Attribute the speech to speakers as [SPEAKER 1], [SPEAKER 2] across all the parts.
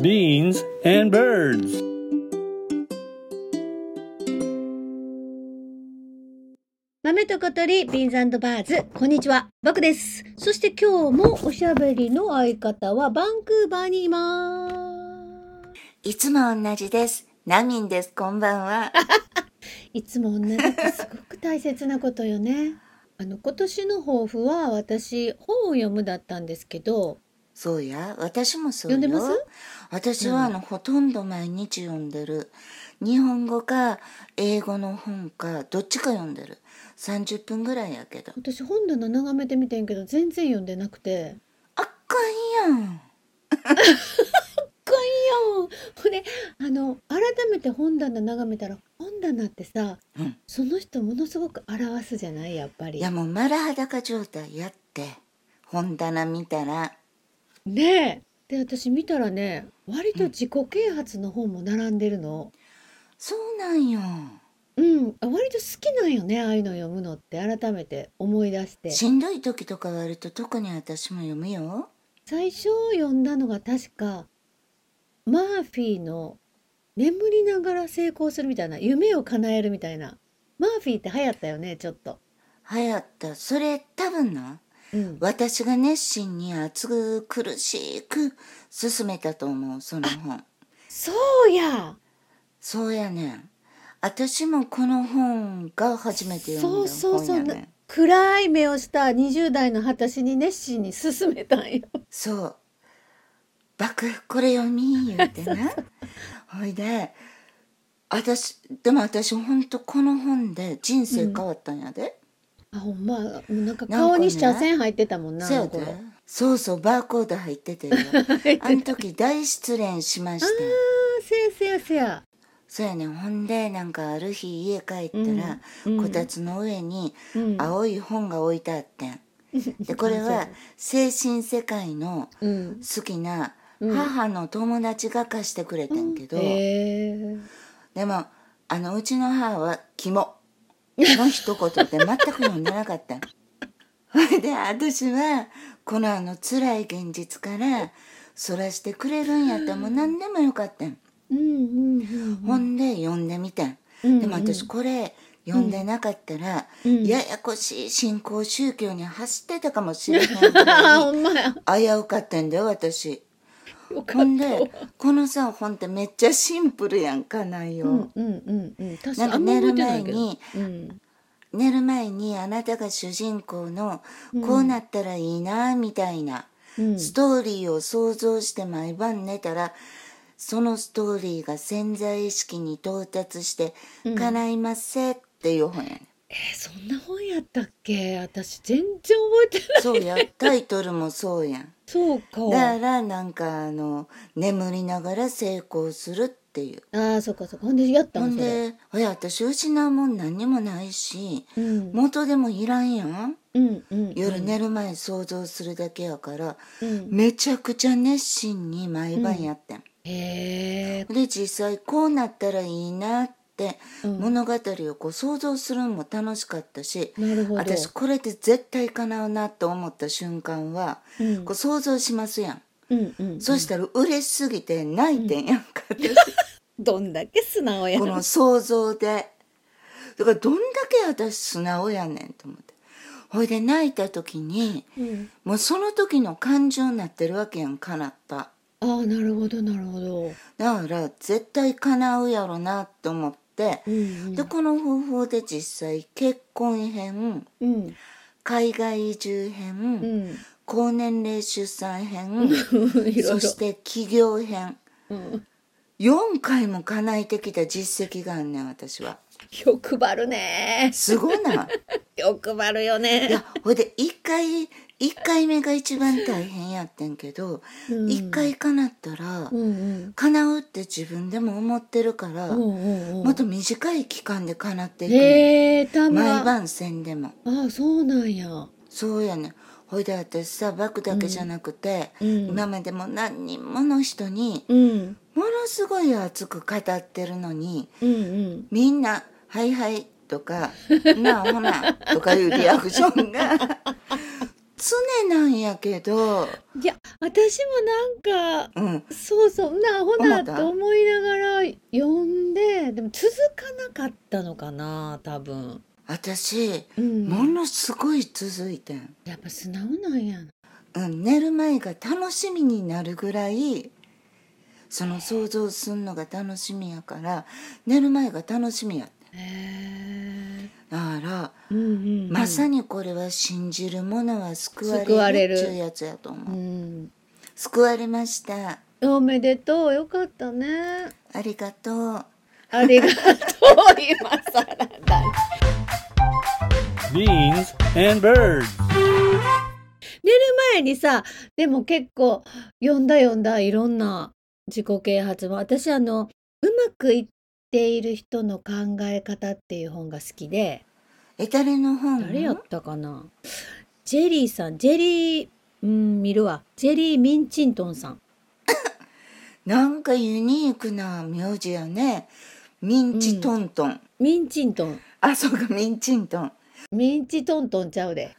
[SPEAKER 1] Beans and Birds
[SPEAKER 2] 豆と小鳥、ビーンズバーズ、こんにちは、僕です。そして今日もおしゃべりの相方はバンクーバーにいまー
[SPEAKER 3] いつも同じです。ナミンです。こんばんは。
[SPEAKER 2] す。いつも同じってすごく大切なことよね。 あの、今年の抱負は私、本を読むだったんですけど、
[SPEAKER 3] そうや、私もそう
[SPEAKER 2] 読
[SPEAKER 3] よ。
[SPEAKER 2] んでます
[SPEAKER 3] 私はあの、ほとんど毎日読んでる。日本語か英語の本かどっちか読んでる。三十分ぐらいやけど。
[SPEAKER 2] 私本棚眺めてみてんけど全然読んでなくて。
[SPEAKER 3] あっかんやん。
[SPEAKER 2] かんよほんで、あの、改めて本棚眺めたら、本棚ってさ、
[SPEAKER 3] うん
[SPEAKER 2] その人ものすごく表すじゃないやっぱり。
[SPEAKER 3] いやもう丸裸状態やって。本棚見たら。
[SPEAKER 2] ねえで私見たらね割と自己啓発の本も並んでるの、
[SPEAKER 3] そうなんよ。
[SPEAKER 2] うん、あ割と好きなんよねああいうの読むのって改めて思い出して
[SPEAKER 3] しんどい時とか割と特に私も読むよ。
[SPEAKER 2] 最初読んだのが確かマーフィーの「眠りながら成功する」みたいな夢を叶えるみたいなマーフィーって流行ったよねちょっと。
[SPEAKER 3] 流行った。それ多分な。
[SPEAKER 2] うん、
[SPEAKER 3] 私が熱心に熱く苦しく進めたと思うその本
[SPEAKER 2] そうや
[SPEAKER 3] そうやねん私もこの本が初めて読
[SPEAKER 2] そ
[SPEAKER 3] ん
[SPEAKER 2] う
[SPEAKER 3] だ
[SPEAKER 2] そう
[SPEAKER 3] 本
[SPEAKER 2] そう、
[SPEAKER 3] やね
[SPEAKER 2] なん暗い目をした20代の私に熱心に勧めたんよ。
[SPEAKER 3] そう「バクこれ読み」言うて なほいで私でも私ほんとこの本で人生変わったんやで、
[SPEAKER 2] あほんまもうなんか顔にしちゃ線入ってたもんな
[SPEAKER 3] そう
[SPEAKER 2] あ
[SPEAKER 3] や
[SPEAKER 2] の頃
[SPEAKER 3] でそうそうバーコード入っ ててよ
[SPEAKER 2] てた
[SPEAKER 3] あの時大失恋しました
[SPEAKER 2] あせやせやせや
[SPEAKER 3] そうやねんほんでなんかある日家帰ったら、
[SPEAKER 2] うんうん
[SPEAKER 3] こたつの上に
[SPEAKER 2] うん
[SPEAKER 3] 青い本が置いてあってん、でこれは精神世界の
[SPEAKER 2] うん
[SPEAKER 3] 好きな
[SPEAKER 2] うん
[SPEAKER 3] 母の友達が貸してくれたんけど、
[SPEAKER 2] へえ
[SPEAKER 3] でもあのうちの母は「 肝」の一言で全く読んでなかったんほいで私はこのあの辛い現実からそらしてくれるんやったらもう何でもよかったん
[SPEAKER 2] うんうんうん
[SPEAKER 3] ほんで読んでみたん、
[SPEAKER 2] うんうん
[SPEAKER 3] でも私これ読んでなかったら、
[SPEAKER 2] うん
[SPEAKER 3] ややこしい新興宗教に走ってたかもしれないぐ
[SPEAKER 2] あ
[SPEAKER 3] ら
[SPEAKER 2] ほんまや
[SPEAKER 3] い危うかったんだよ私
[SPEAKER 2] よか
[SPEAKER 3] ほん
[SPEAKER 2] ったわ
[SPEAKER 3] でこのさ本ってめっちゃシンプルやんか内容、
[SPEAKER 2] うんうんうんうん確
[SPEAKER 3] な
[SPEAKER 2] か
[SPEAKER 3] ん
[SPEAKER 2] に
[SPEAKER 3] か
[SPEAKER 2] あんま覚
[SPEAKER 3] 寝
[SPEAKER 2] え
[SPEAKER 3] る
[SPEAKER 2] てない
[SPEAKER 3] 前
[SPEAKER 2] けど
[SPEAKER 3] に
[SPEAKER 2] うん
[SPEAKER 3] 寝る前にあなたが主人公のこうなったらいいなみたいな、
[SPEAKER 2] うん
[SPEAKER 3] ストーリーを想像して毎晩寝たらそのストーリーが潜在意識に到達して叶いますせっていう本やね、
[SPEAKER 2] えーそんな本やったっけ私全然覚えてない
[SPEAKER 3] ん、そうやタイトルもそうやん
[SPEAKER 2] そうか
[SPEAKER 3] だからなんかあの眠りながら成功するっていう
[SPEAKER 2] あーそっかそっかほんでやった
[SPEAKER 3] ほ
[SPEAKER 2] ん
[SPEAKER 3] ん
[SPEAKER 2] それ
[SPEAKER 3] でほや私失うもん何にもないし
[SPEAKER 2] うん
[SPEAKER 3] 元でもいらんやん
[SPEAKER 2] うんうん
[SPEAKER 3] 夜寝る前想像するだけやから、
[SPEAKER 2] うん
[SPEAKER 3] めちゃくちゃ熱心に毎晩やってん、
[SPEAKER 2] へえ
[SPEAKER 3] で実際こうなったらいいなって
[SPEAKER 2] うん
[SPEAKER 3] 物語をこう想像するのも楽しかったし、
[SPEAKER 2] なるほど
[SPEAKER 3] 私これで絶対叶うなと思った瞬間は、
[SPEAKER 2] うん
[SPEAKER 3] こう想像しますやん、
[SPEAKER 2] うんうん
[SPEAKER 3] そしたら嬉しすぎて泣いてんやんか、私
[SPEAKER 2] どんだけ素直や
[SPEAKER 3] この想像でだからどんだけ私素直やねんと思ってほいで泣いた時に
[SPEAKER 2] うん、
[SPEAKER 3] もうその時の感情になってるわけやん叶った
[SPEAKER 2] ああなるほどなるほど、
[SPEAKER 3] だから絶対叶うやろなと思って、
[SPEAKER 2] うんうん
[SPEAKER 3] でこの方法で実際結婚編
[SPEAKER 2] うん
[SPEAKER 3] 海外移住編、
[SPEAKER 2] うん、
[SPEAKER 3] 高年齢出 産編
[SPEAKER 2] いろいろ
[SPEAKER 3] そして企業編
[SPEAKER 2] うん、
[SPEAKER 3] 4回も叶えてきた実績があんねん私は
[SPEAKER 2] 欲張るね
[SPEAKER 3] すごない
[SPEAKER 2] 欲張るよ
[SPEAKER 3] い
[SPEAKER 2] ね
[SPEAKER 3] やほいで1回一回目が一番大変やってんけど、
[SPEAKER 2] うん
[SPEAKER 3] 一1回叶ったら、
[SPEAKER 2] うん
[SPEAKER 3] 叶うって自分でも思ってるから、
[SPEAKER 2] うんうんうんう
[SPEAKER 3] もっ
[SPEAKER 2] ん
[SPEAKER 3] と短い期間で叶っていくの、
[SPEAKER 2] へえたま
[SPEAKER 3] 毎晩せんでも
[SPEAKER 2] ああそうなんや
[SPEAKER 3] そうやねんほいで私さバクだけじゃなくて、
[SPEAKER 2] うん
[SPEAKER 3] 今までも何人もの人に
[SPEAKER 2] うん
[SPEAKER 3] ものすごい熱く語ってるのに
[SPEAKER 2] うんうん
[SPEAKER 3] みんな「はいはい」とか「なあほな」とかいうリアクションが常なんやけど、
[SPEAKER 2] いや私もなんか
[SPEAKER 3] うん、
[SPEAKER 2] そうそうなアホだ
[SPEAKER 3] 思った
[SPEAKER 2] と思いながら読んででも続かなかったのかな多分、
[SPEAKER 3] 私
[SPEAKER 2] うん、
[SPEAKER 3] ものすごい続いてん、
[SPEAKER 2] やっぱ素直なんやな
[SPEAKER 3] うん、寝る前が楽しみになるぐらいその想像すんのが楽しみやから寝る前が楽しみやって
[SPEAKER 2] へえ
[SPEAKER 3] だから、
[SPEAKER 2] うんうんうん、
[SPEAKER 3] まさにこれは信じる者は救われる
[SPEAKER 2] 救われる
[SPEAKER 3] っていうやつやと思
[SPEAKER 2] う
[SPEAKER 3] う、
[SPEAKER 2] ん、
[SPEAKER 3] 救われました
[SPEAKER 2] おめでとうよかった ね
[SPEAKER 3] ありがとう
[SPEAKER 2] ありがとう今更だ
[SPEAKER 1] Beans and birds.
[SPEAKER 2] 寝る前にさでも結構読んだ読んだいろんな自己啓発も私あの「うまくいっている人の考え方」っていう本が好きで
[SPEAKER 3] え誰の本
[SPEAKER 2] 誰やったかなジェリーさんジェリーうん見るわジェリー・ミンチントンさん
[SPEAKER 3] なんかユニークな名字やねミンチトントン、
[SPEAKER 2] ミンチントン
[SPEAKER 3] あそうかミンチントン
[SPEAKER 2] ミンチトントンちゃうで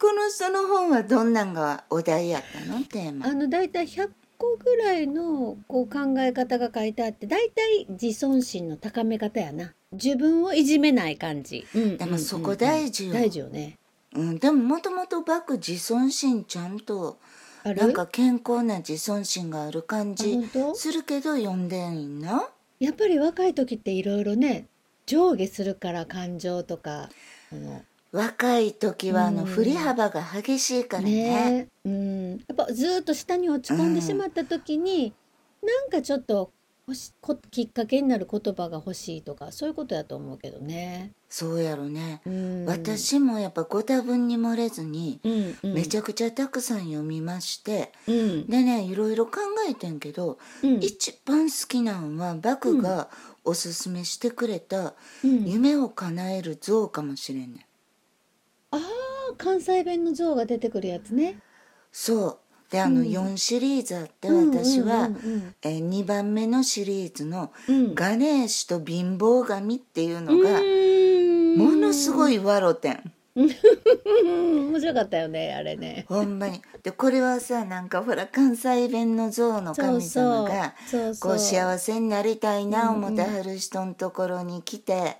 [SPEAKER 3] この人の本はどんなんがお題やったのテーマ
[SPEAKER 2] あのだいたい100個ぐらいのこう考え方が書いてあってだいたい自尊心の高め方やな自分をいじめない感じ、うん
[SPEAKER 3] でもそこ大事よ
[SPEAKER 2] 大事よね
[SPEAKER 3] うん、でももともとバク自尊心ちゃんと
[SPEAKER 2] ある
[SPEAKER 3] なんか健康な自尊心がある感
[SPEAKER 2] あ
[SPEAKER 3] じ
[SPEAKER 2] 本当
[SPEAKER 3] するけど読んでんな
[SPEAKER 2] やっぱり若い時っていろいろね上下するから感情とかあの
[SPEAKER 3] 若い時はあの
[SPEAKER 2] うん
[SPEAKER 3] 振り幅が激しいからね
[SPEAKER 2] ねうん、やっぱずーっと下に落ち込んでしまった時に、なんかちょっと欲しこきっかけになる言葉が欲しいとかそういうことだと思うけどね。
[SPEAKER 3] そうやろね、
[SPEAKER 2] うん、
[SPEAKER 3] 私もやっぱご多分に漏れずに
[SPEAKER 2] うんうん、
[SPEAKER 3] めちゃくちゃたくさん読みまして、
[SPEAKER 2] うん
[SPEAKER 3] でねいろいろ考えてんけど、
[SPEAKER 2] うん
[SPEAKER 3] 一番好きなんはバクがおすすめしてくれた
[SPEAKER 2] うん、
[SPEAKER 3] 夢を叶える像かもしれんねん
[SPEAKER 2] ああ関西弁の像が出てくるやつね。
[SPEAKER 3] そうであの
[SPEAKER 2] うん
[SPEAKER 3] 4シリーズあって
[SPEAKER 2] うん
[SPEAKER 3] 私は、
[SPEAKER 2] うんうん
[SPEAKER 3] えー2番目のシリーズの
[SPEAKER 2] う
[SPEAKER 3] 「
[SPEAKER 2] ん
[SPEAKER 3] ガネーシュと貧乏神」っていう
[SPEAKER 2] う
[SPEAKER 3] のが
[SPEAKER 2] ん、
[SPEAKER 3] ものすご
[SPEAKER 2] い、
[SPEAKER 3] いワロテン
[SPEAKER 2] うん、面白かったよねあれね。
[SPEAKER 3] ほんまにでこれはさなんかほら関西弁の像の神様が
[SPEAKER 2] そう
[SPEAKER 3] こ
[SPEAKER 2] そうう
[SPEAKER 3] 幸せになりたいな
[SPEAKER 2] うんうん
[SPEAKER 3] 思ってはる人のところに来て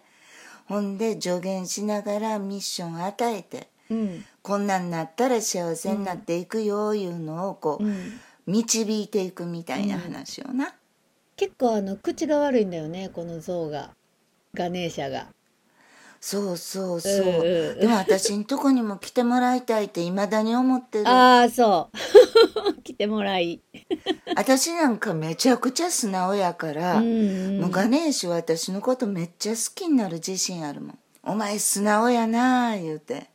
[SPEAKER 3] ほんで助言しながらミッション与えて
[SPEAKER 2] うん
[SPEAKER 3] こんなんなったら幸せになっていくよいうのをこう
[SPEAKER 2] うん
[SPEAKER 3] 導いていくみたいな話をな。
[SPEAKER 2] 結構あの口が悪いんだよねこの象がガネーシャが
[SPEAKER 3] そうそうそう、
[SPEAKER 2] うんうん
[SPEAKER 3] でも私んとこにも来てもらいたいっていまだに思ってる
[SPEAKER 2] ああそう 来てもらい、
[SPEAKER 3] 私なんかめちゃくちゃ素直やから、
[SPEAKER 2] うん
[SPEAKER 3] もうガネーシュは私のことめっちゃ好きになる自信あるもんお前素直やなあ言うて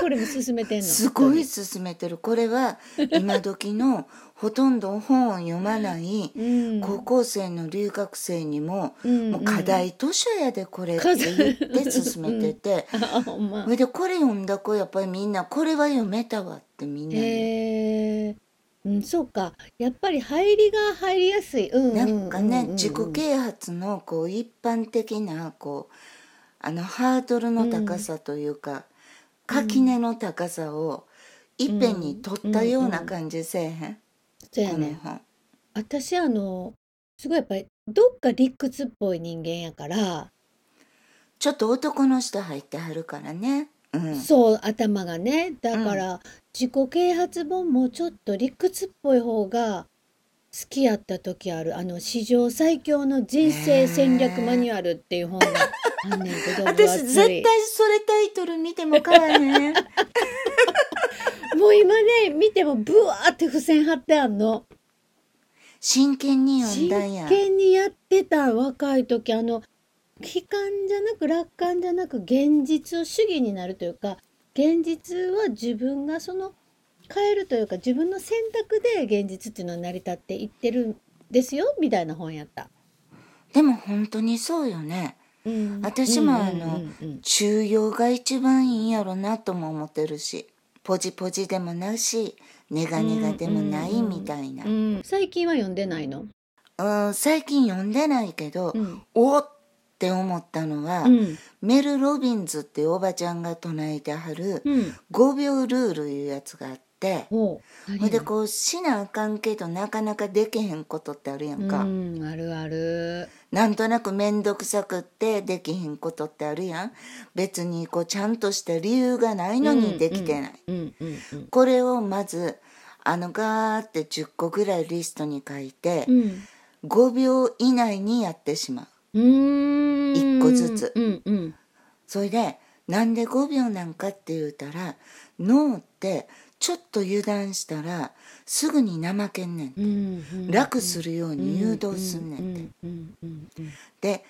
[SPEAKER 2] これも進めてんの
[SPEAKER 3] すごい勧めてるこ れは今時のほとんど本を読まない
[SPEAKER 2] うん
[SPEAKER 3] 高校生の留学生にも、
[SPEAKER 2] うん
[SPEAKER 3] もう課題図書やでこれって言って勧めてて、
[SPEAKER 2] あほんま
[SPEAKER 3] それでこれ読んだ子やっぱりみんなこれは読めたわってみんな言う
[SPEAKER 2] へえうんそうかやっぱり入りが入りやすいうんう
[SPEAKER 3] な
[SPEAKER 2] ううん
[SPEAKER 3] かね自己啓発のこう一般的なこうあのハードルの高さというか、垣根の高さをいっぺんに取ったような感じせえへん、
[SPEAKER 2] そうやね
[SPEAKER 3] この本
[SPEAKER 2] 私あのすごいやっぱりどっか理屈っぽい人間やから
[SPEAKER 3] ちょっと男の人入ってはるからねうん
[SPEAKER 2] そう頭がねだから、自己啓発本もちょっと理屈っぽい方が好きやった時あるあの史上最強の人生戦略マニュアルっていう本 があんねんけど分厚
[SPEAKER 3] 私
[SPEAKER 2] い
[SPEAKER 3] 絶対それタイトル見てもから へん
[SPEAKER 2] もう今ね見てもブワーって付箋貼ってあんの
[SPEAKER 3] 真剣に読
[SPEAKER 2] 真
[SPEAKER 3] んだんや
[SPEAKER 2] 剣にやってた若い時あの悲観じゃなく楽観じゃなく現実を主義になるというか現実は自分がその変えるというか自分の選択で現実っていうのは成り立っていってるんですよみたいな本やった。
[SPEAKER 3] でも本当にそうよね
[SPEAKER 2] うん
[SPEAKER 3] 私もあの
[SPEAKER 2] うんうんうん
[SPEAKER 3] 中庸が一番いいんやろなとも思ってるしポジポジでもなしネガネガでもないみたいな、う
[SPEAKER 2] うんん最近は読んでないの、
[SPEAKER 3] 最近読んでないけど、
[SPEAKER 2] うん
[SPEAKER 3] おっって思ったのは、
[SPEAKER 2] うん
[SPEAKER 3] メル・ロビンズっていうおばちゃんが唱えてはる
[SPEAKER 2] うん
[SPEAKER 3] 5秒ルールいうやつがあって、
[SPEAKER 2] ほう
[SPEAKER 3] ほんでこうしなあかんけどなかなかできへんことってあるやんか、
[SPEAKER 2] うんあるある
[SPEAKER 3] なんとなく面倒くさくってできへんことってあるやん別にこうちゃんとした理由がないのにできてない、
[SPEAKER 2] うんうんうん
[SPEAKER 3] これをまずあのガーって10個ぐらいリストに書いて、
[SPEAKER 2] うん
[SPEAKER 3] 5秒以内にやってしまう
[SPEAKER 2] うーん
[SPEAKER 3] 一個ずつ
[SPEAKER 2] うんうん
[SPEAKER 3] それでなんで5秒なんかって言うたら脳ってちょっと油断したらすぐに怠けんねん、
[SPEAKER 2] うんうん
[SPEAKER 3] 楽するように誘導すんねんって、
[SPEAKER 2] うんうんうん
[SPEAKER 3] で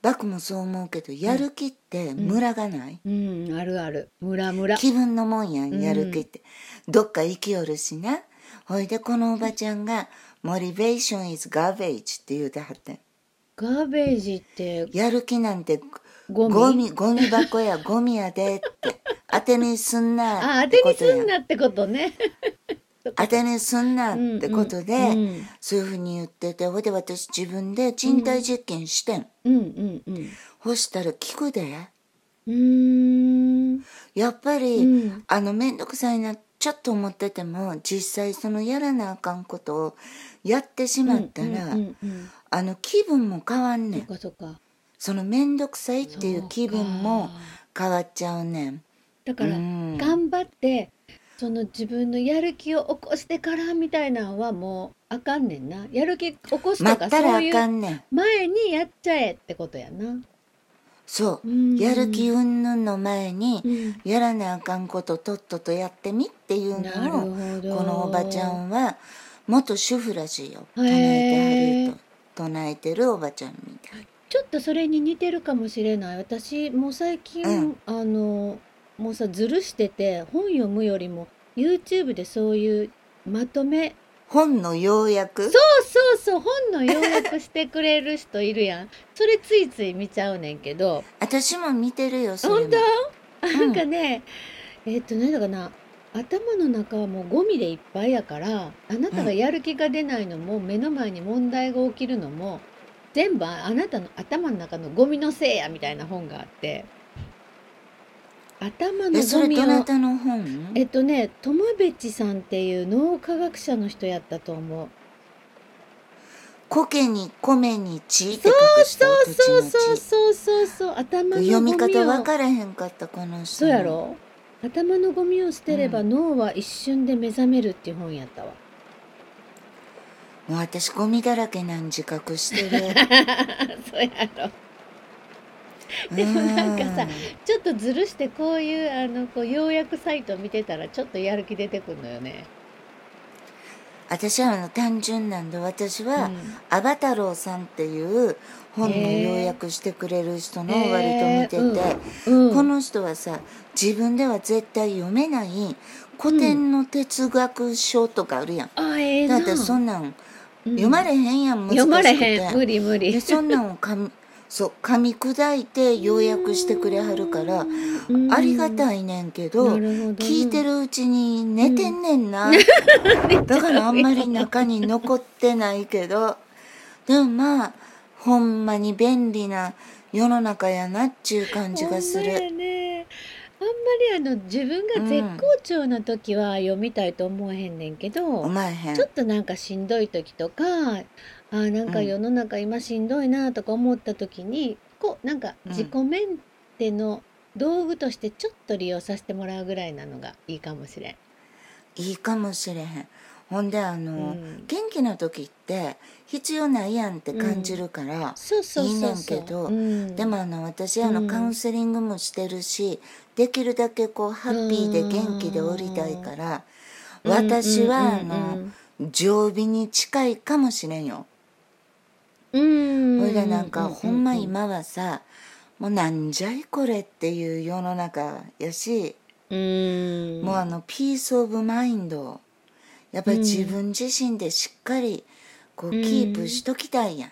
[SPEAKER 3] バクもそう思うけどやる気ってムラがない、
[SPEAKER 2] うんうんあるあるムラムラ
[SPEAKER 3] 気分のもんや
[SPEAKER 2] うん
[SPEAKER 3] んやる気って、どっか生きよるしなほいでこのおばちゃんが「モリベーション is garbage」って言うてはってん
[SPEAKER 2] ガーベージって
[SPEAKER 3] やる気なんて
[SPEAKER 2] ゴミ
[SPEAKER 3] ゴミゴミ箱やゴミやでって 当てにすんな
[SPEAKER 2] あ
[SPEAKER 3] っ
[SPEAKER 2] 当て
[SPEAKER 3] てこ
[SPEAKER 2] に
[SPEAKER 3] と
[SPEAKER 2] す
[SPEAKER 3] や
[SPEAKER 2] んなってことね
[SPEAKER 3] 当てにすんなってことで、
[SPEAKER 2] うんうん
[SPEAKER 3] そういうふうに言っててほいで私自分で人体実験してん、
[SPEAKER 2] うんうんうん
[SPEAKER 3] ほしたら聞くで
[SPEAKER 2] うーん
[SPEAKER 3] やっぱり、
[SPEAKER 2] うん
[SPEAKER 3] あの面倒くさいなちょっと思ってても実際そのやらなあかんことをやってしまったら、
[SPEAKER 2] うんうんうん
[SPEAKER 3] あの気分も変わんね
[SPEAKER 2] そっか
[SPEAKER 3] ん
[SPEAKER 2] そっか
[SPEAKER 3] その面倒くさいって
[SPEAKER 2] そ
[SPEAKER 3] い
[SPEAKER 2] ううか
[SPEAKER 3] 気分も変わっちゃうねん
[SPEAKER 2] だから
[SPEAKER 3] うん
[SPEAKER 2] 頑張ってその自分のやる気を起こしてからみたいなんはもうあかんねんなやる気起こすと
[SPEAKER 3] 待
[SPEAKER 2] か
[SPEAKER 3] ったら
[SPEAKER 2] そう
[SPEAKER 3] あ
[SPEAKER 2] い
[SPEAKER 3] か
[SPEAKER 2] うん
[SPEAKER 3] ねん
[SPEAKER 2] 前にやっちゃえってことやな
[SPEAKER 3] そう
[SPEAKER 2] うん
[SPEAKER 3] やる気云々の前に
[SPEAKER 2] うん
[SPEAKER 3] やらなあかんこととっととやってみっていう
[SPEAKER 2] なる
[SPEAKER 3] のを
[SPEAKER 2] ほど
[SPEAKER 3] このおばちゃんは元主婦らしいよ
[SPEAKER 2] へ
[SPEAKER 3] 唱え
[SPEAKER 2] え
[SPEAKER 3] てはると唱えてるおばちゃんみたい
[SPEAKER 2] ちょっとそれに似てるかもしれない私もう最近、
[SPEAKER 3] うん
[SPEAKER 2] あのもうさずるしてて本読むよりも YouTube でそういうまとめ
[SPEAKER 3] 本の要約
[SPEAKER 2] そうそうそう本の要約してくれる人いるやんそれついつい見ちゃうねんけど
[SPEAKER 3] 私も見てるよそれ
[SPEAKER 2] 本
[SPEAKER 3] も
[SPEAKER 2] 当、
[SPEAKER 3] ん
[SPEAKER 2] なんかねえっとねだからな頭の中はもうゴミでいっぱいやからあなたがやる気が出ないのも、目の前に問題が起きるのも全部あなたの頭の中のゴミのせいやみたいな本があって頭の
[SPEAKER 3] えそ
[SPEAKER 2] ゴ
[SPEAKER 3] れ
[SPEAKER 2] ミ
[SPEAKER 3] どな
[SPEAKER 2] を
[SPEAKER 3] たの本
[SPEAKER 2] えっとね友別さんっていう脳科学者の人やったと思う
[SPEAKER 3] 苔に米に血って
[SPEAKER 2] そ
[SPEAKER 3] 書
[SPEAKER 2] う
[SPEAKER 3] く人
[SPEAKER 2] そうそう
[SPEAKER 3] 土地
[SPEAKER 2] そう
[SPEAKER 3] の
[SPEAKER 2] そうそうそう頭のゴ
[SPEAKER 3] 血
[SPEAKER 2] ミを
[SPEAKER 3] 読み方分からへんかったこの人
[SPEAKER 2] そうやろ頭のゴミを捨てれば
[SPEAKER 3] うん
[SPEAKER 2] 脳は一瞬で目覚めるっていう本やったわ、
[SPEAKER 3] もう私ゴミだらけなん自覚してる
[SPEAKER 2] そうやろでも なんかさ
[SPEAKER 3] うん
[SPEAKER 2] ちょっとずるしてこういうあのこう要約サイト見てたらちょっとやる気出てくるのよね、
[SPEAKER 3] 私はあの単純なんで私
[SPEAKER 2] う
[SPEAKER 3] は、
[SPEAKER 2] ん
[SPEAKER 3] アバタローさんっていう本の要約してくれる人のを割と見てて、
[SPEAKER 2] うん、
[SPEAKER 3] この人はさ自分では絶対読めない古典の哲学書とかあるやん、
[SPEAKER 2] あええ
[SPEAKER 3] だ
[SPEAKER 2] な
[SPEAKER 3] ってそんなん
[SPEAKER 2] うん
[SPEAKER 3] 読まれへんやん、難しくて
[SPEAKER 2] 読まれへん無理無
[SPEAKER 3] で
[SPEAKER 2] 理
[SPEAKER 3] そんなんをかみそう噛み砕いて要約してくれはるから
[SPEAKER 2] うん
[SPEAKER 3] ありがたいねんけど
[SPEAKER 2] なるほど
[SPEAKER 3] 聞いて
[SPEAKER 2] る
[SPEAKER 3] るうちに寝てんねんな、 だからあんまり中に残ってないけどでもまあほんまに便利な世の中やなっちゅう感じがす
[SPEAKER 2] ほんまや
[SPEAKER 3] る
[SPEAKER 2] ねあんまりあの自分が絶好調な時は読みたいと思わへんねんけど、
[SPEAKER 3] お前へん
[SPEAKER 2] ちょっとなんかしんどい時とかあーなんか
[SPEAKER 3] うん
[SPEAKER 2] 世の中今しんどいなとか思った時に、こうなんか
[SPEAKER 3] うん
[SPEAKER 2] 自己メンテの道具としてちょっと利用させてもらうぐらいなのがいいかもしれん。
[SPEAKER 3] いいかもしれへんほんであの、
[SPEAKER 2] うん
[SPEAKER 3] 元気な時って必要ないやんって感じるから、
[SPEAKER 2] そうそうそうそう。
[SPEAKER 3] いいねんけど
[SPEAKER 2] うん
[SPEAKER 3] でもあの私あ
[SPEAKER 2] う
[SPEAKER 3] の
[SPEAKER 2] ん
[SPEAKER 3] カウンセリングもしてるし、できるだけこうハッピーで元気でおりたいから
[SPEAKER 2] うん
[SPEAKER 3] 私はあ
[SPEAKER 2] うんうんうん
[SPEAKER 3] の常備に近いかもしれんよ。
[SPEAKER 2] うん
[SPEAKER 3] それでなんか
[SPEAKER 2] ううう
[SPEAKER 3] ほんま今はさもうなんじゃいこれっていう世の中やし
[SPEAKER 2] うん
[SPEAKER 3] もうあのピース・オブ・マインドをやっぱり自分自身でしっかりこう
[SPEAKER 2] うん
[SPEAKER 3] キープしときたいやん。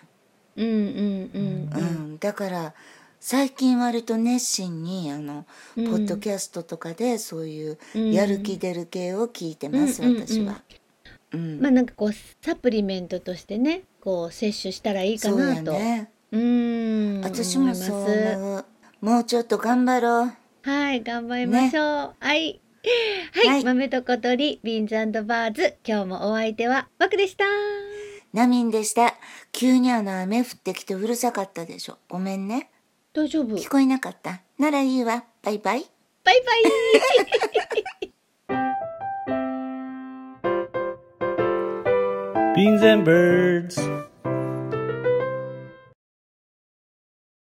[SPEAKER 2] うんうんうん
[SPEAKER 3] うんだから最近割と熱心にあの、
[SPEAKER 2] うん
[SPEAKER 3] ポッドキャストとかでそういう
[SPEAKER 2] うん
[SPEAKER 3] やる気出る系を聞いてます、
[SPEAKER 2] うんうんうん
[SPEAKER 3] 私は。うん
[SPEAKER 2] まあなんかこうサプリメントとしてねこう摂取したらいいか
[SPEAKER 3] そう
[SPEAKER 2] な
[SPEAKER 3] や
[SPEAKER 2] と
[SPEAKER 3] ね
[SPEAKER 2] うーん
[SPEAKER 3] 私もそう
[SPEAKER 2] 思います
[SPEAKER 3] 思うもうちょっと頑張ろう
[SPEAKER 2] はい頑張りましょう、はいはい、
[SPEAKER 3] はい
[SPEAKER 2] 豆と小鳥ビーンズバーズ今日もお相手はバクでした
[SPEAKER 3] ナミンでした急にあの雨降ってきてうるさかったでしょごめんね
[SPEAKER 2] 大丈夫バイ
[SPEAKER 3] 聞こえなかったならいいわバイバイ
[SPEAKER 2] バイ
[SPEAKER 1] Beans and birds.